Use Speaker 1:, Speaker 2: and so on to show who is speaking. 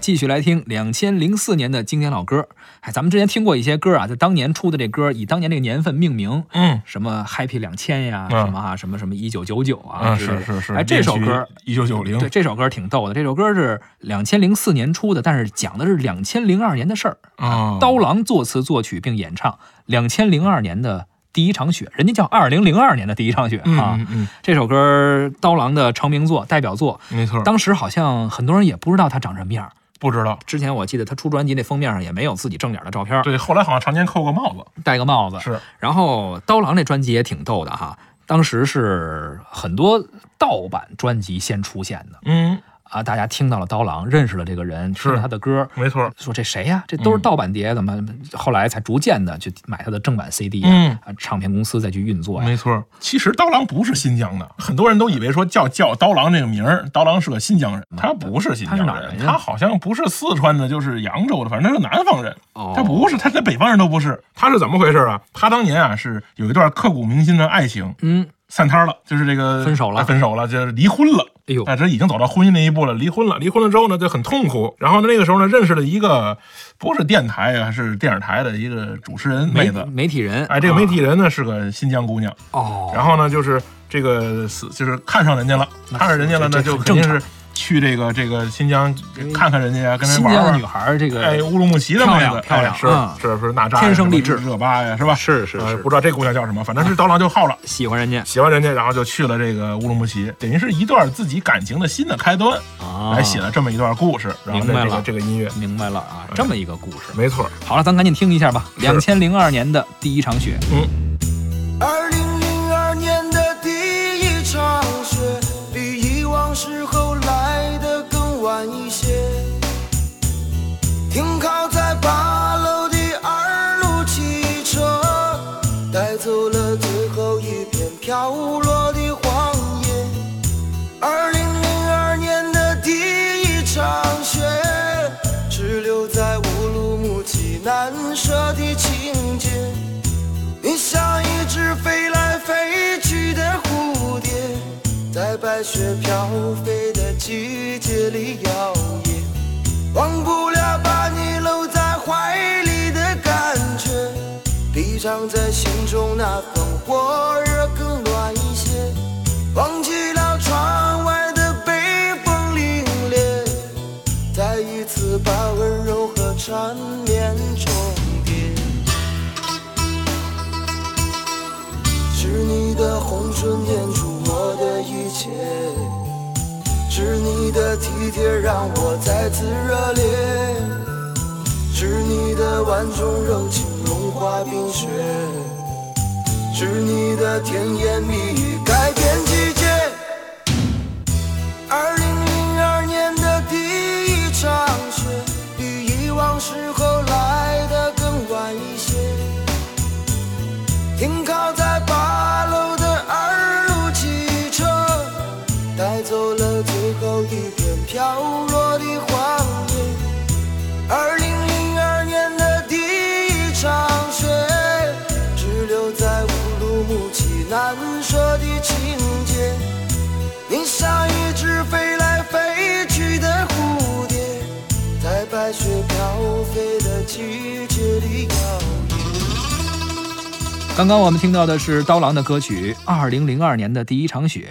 Speaker 1: 继续来听两千零四年的经典老歌。哎，咱们之前听过一些歌啊，在当年出的这歌，以当年这个年份命名，
Speaker 2: 嗯
Speaker 1: 什么 Happy 两千呀，
Speaker 2: 嗯
Speaker 1: 什么啊，什么什么一九九九啊，
Speaker 2: 嗯，
Speaker 1: 之类
Speaker 2: 是
Speaker 1: 的
Speaker 2: 是是。
Speaker 1: 哎，这首歌。
Speaker 2: 一九九零，
Speaker 1: 对，这首歌挺逗的。这首歌是两千零四年出的，但是讲的是两千零二年的事儿。
Speaker 2: 啊，
Speaker 1: 刀郎作词作曲并演唱两千零二年的第一场雪，人家叫二零零二年的第一场雪
Speaker 2: 嗯
Speaker 1: 啊。
Speaker 2: 嗯嗯，
Speaker 1: 这首歌刀郎的成名作、代表作，
Speaker 2: 没错，
Speaker 1: 当时好像很多人也不知道他长什么样儿。
Speaker 2: 不知道。
Speaker 1: 之前我记得他出专辑那封面上也没有自己正脸的照片儿，
Speaker 2: 对，后来好像常年扣个帽子，
Speaker 1: 戴个帽子。
Speaker 2: 是
Speaker 1: 然后刀郎这专辑也挺逗的哈，当时是很多盗版专辑先出现的
Speaker 2: 嗯，
Speaker 1: 啊，大家听到了刀郎，认识了这个人，
Speaker 2: 是嗯
Speaker 1: 听了他的歌，
Speaker 2: 没错，
Speaker 1: 说这谁呀、这都是盗版碟，怎么后来才逐渐的去买他的正版 CD 啊？
Speaker 2: 嗯
Speaker 1: 啊唱片公司再去运作呀、
Speaker 2: 没错。其实刀郎不是新疆的，很多人都以为说叫叫刀郎这个名儿，刀郎是个新疆人，他不是新疆
Speaker 1: 他是哪儿人呀
Speaker 2: 他好像不是四川的，就是扬州的，反正他是南方人。
Speaker 1: 哦
Speaker 2: 他不是，他连北方人都不是。他是怎么回事啊？他当年啊是有一段刻骨铭心的爱情，
Speaker 1: 嗯，
Speaker 2: 散摊儿了，就是这个
Speaker 1: 分手了
Speaker 2: 啊分手了，就是离婚了。
Speaker 1: 哎呦
Speaker 2: 哎，这已经走到婚姻那一步了，离婚了。离婚了之后呢，就很痛苦。然后呢，那个时候呢，认识了一个不是电台啊，是电视台的一个主持人妹
Speaker 1: 媒
Speaker 2: 子。
Speaker 1: 媒体人，
Speaker 2: 哎，这个媒体
Speaker 1: 啊、
Speaker 2: 人呢是个新疆姑娘。
Speaker 1: 哦，
Speaker 2: 然后呢，就是这个死，就是看上人家了，
Speaker 1: 那
Speaker 2: 看上人家了
Speaker 1: 这这
Speaker 2: 呢，就
Speaker 1: 很
Speaker 2: 肯定
Speaker 1: 正嗯
Speaker 2: 是去这个这个新疆看看人家呀，跟人
Speaker 1: 新
Speaker 2: 玩
Speaker 1: 疆的
Speaker 2: 玩
Speaker 1: 女。孩儿这个、
Speaker 2: 哎，乌鲁木齐的妹子，
Speaker 1: 漂亮
Speaker 2: 哎
Speaker 1: 漂亮
Speaker 2: 是是是娜扎呀，
Speaker 1: 天生丽质
Speaker 2: 什么热巴呀，是吧？
Speaker 1: 是是
Speaker 2: 呃
Speaker 1: 是
Speaker 2: 不知道这姑娘叫什么，反正是刀郎就好了。
Speaker 1: 喜欢人家
Speaker 2: 喜欢人家，然后就去了这个乌鲁木齐，等于是一段自己感情的新的开端，
Speaker 1: 啊，
Speaker 2: 来写了这么一段故事，然后
Speaker 1: 明白
Speaker 2: 在这
Speaker 1: 了
Speaker 2: 个这个音乐，
Speaker 1: 明白了啊，
Speaker 2: 哎
Speaker 1: 这么一个故事。
Speaker 2: 没错，
Speaker 1: 好了，咱赶紧听一下吧。两千零二年的第一场雪，
Speaker 3: 二零零二年的第一场雪，比以往时候来得更晚一些。停靠在八楼的二路汽车，带走了最后一片飘落的黄叶。二零零二年的第一场雪，只留在乌鲁木齐难舍的情节。你像一只飞来飞去的蝴蝶，在白雪飘飞的季节里摇曳。忘不了把你搂在怀里的感觉，闭上在心中那份火热更暖一些。忘记了窗外的北风凛冽，再一次把温柔和缠绵重叠。是你的红唇点出我的一切，是你的体贴让我再次热烈，是你的婉中柔情融化冰雪，是你的甜言蜜语改变季节。二零零二年的第一场雪，比以往时候来的更晚一些。停靠在八楼的二路汽车，带走了最后一片飘落的黄叶。二零零二年的第一场雪，只留在乌鲁木齐难舍的情节。你像一只飞来飞去的蝴蝶，在白雪飘飞的季节里摇曳。
Speaker 1: 刚刚我们听到的是刀郎的歌曲《二零零二年的第一场雪》，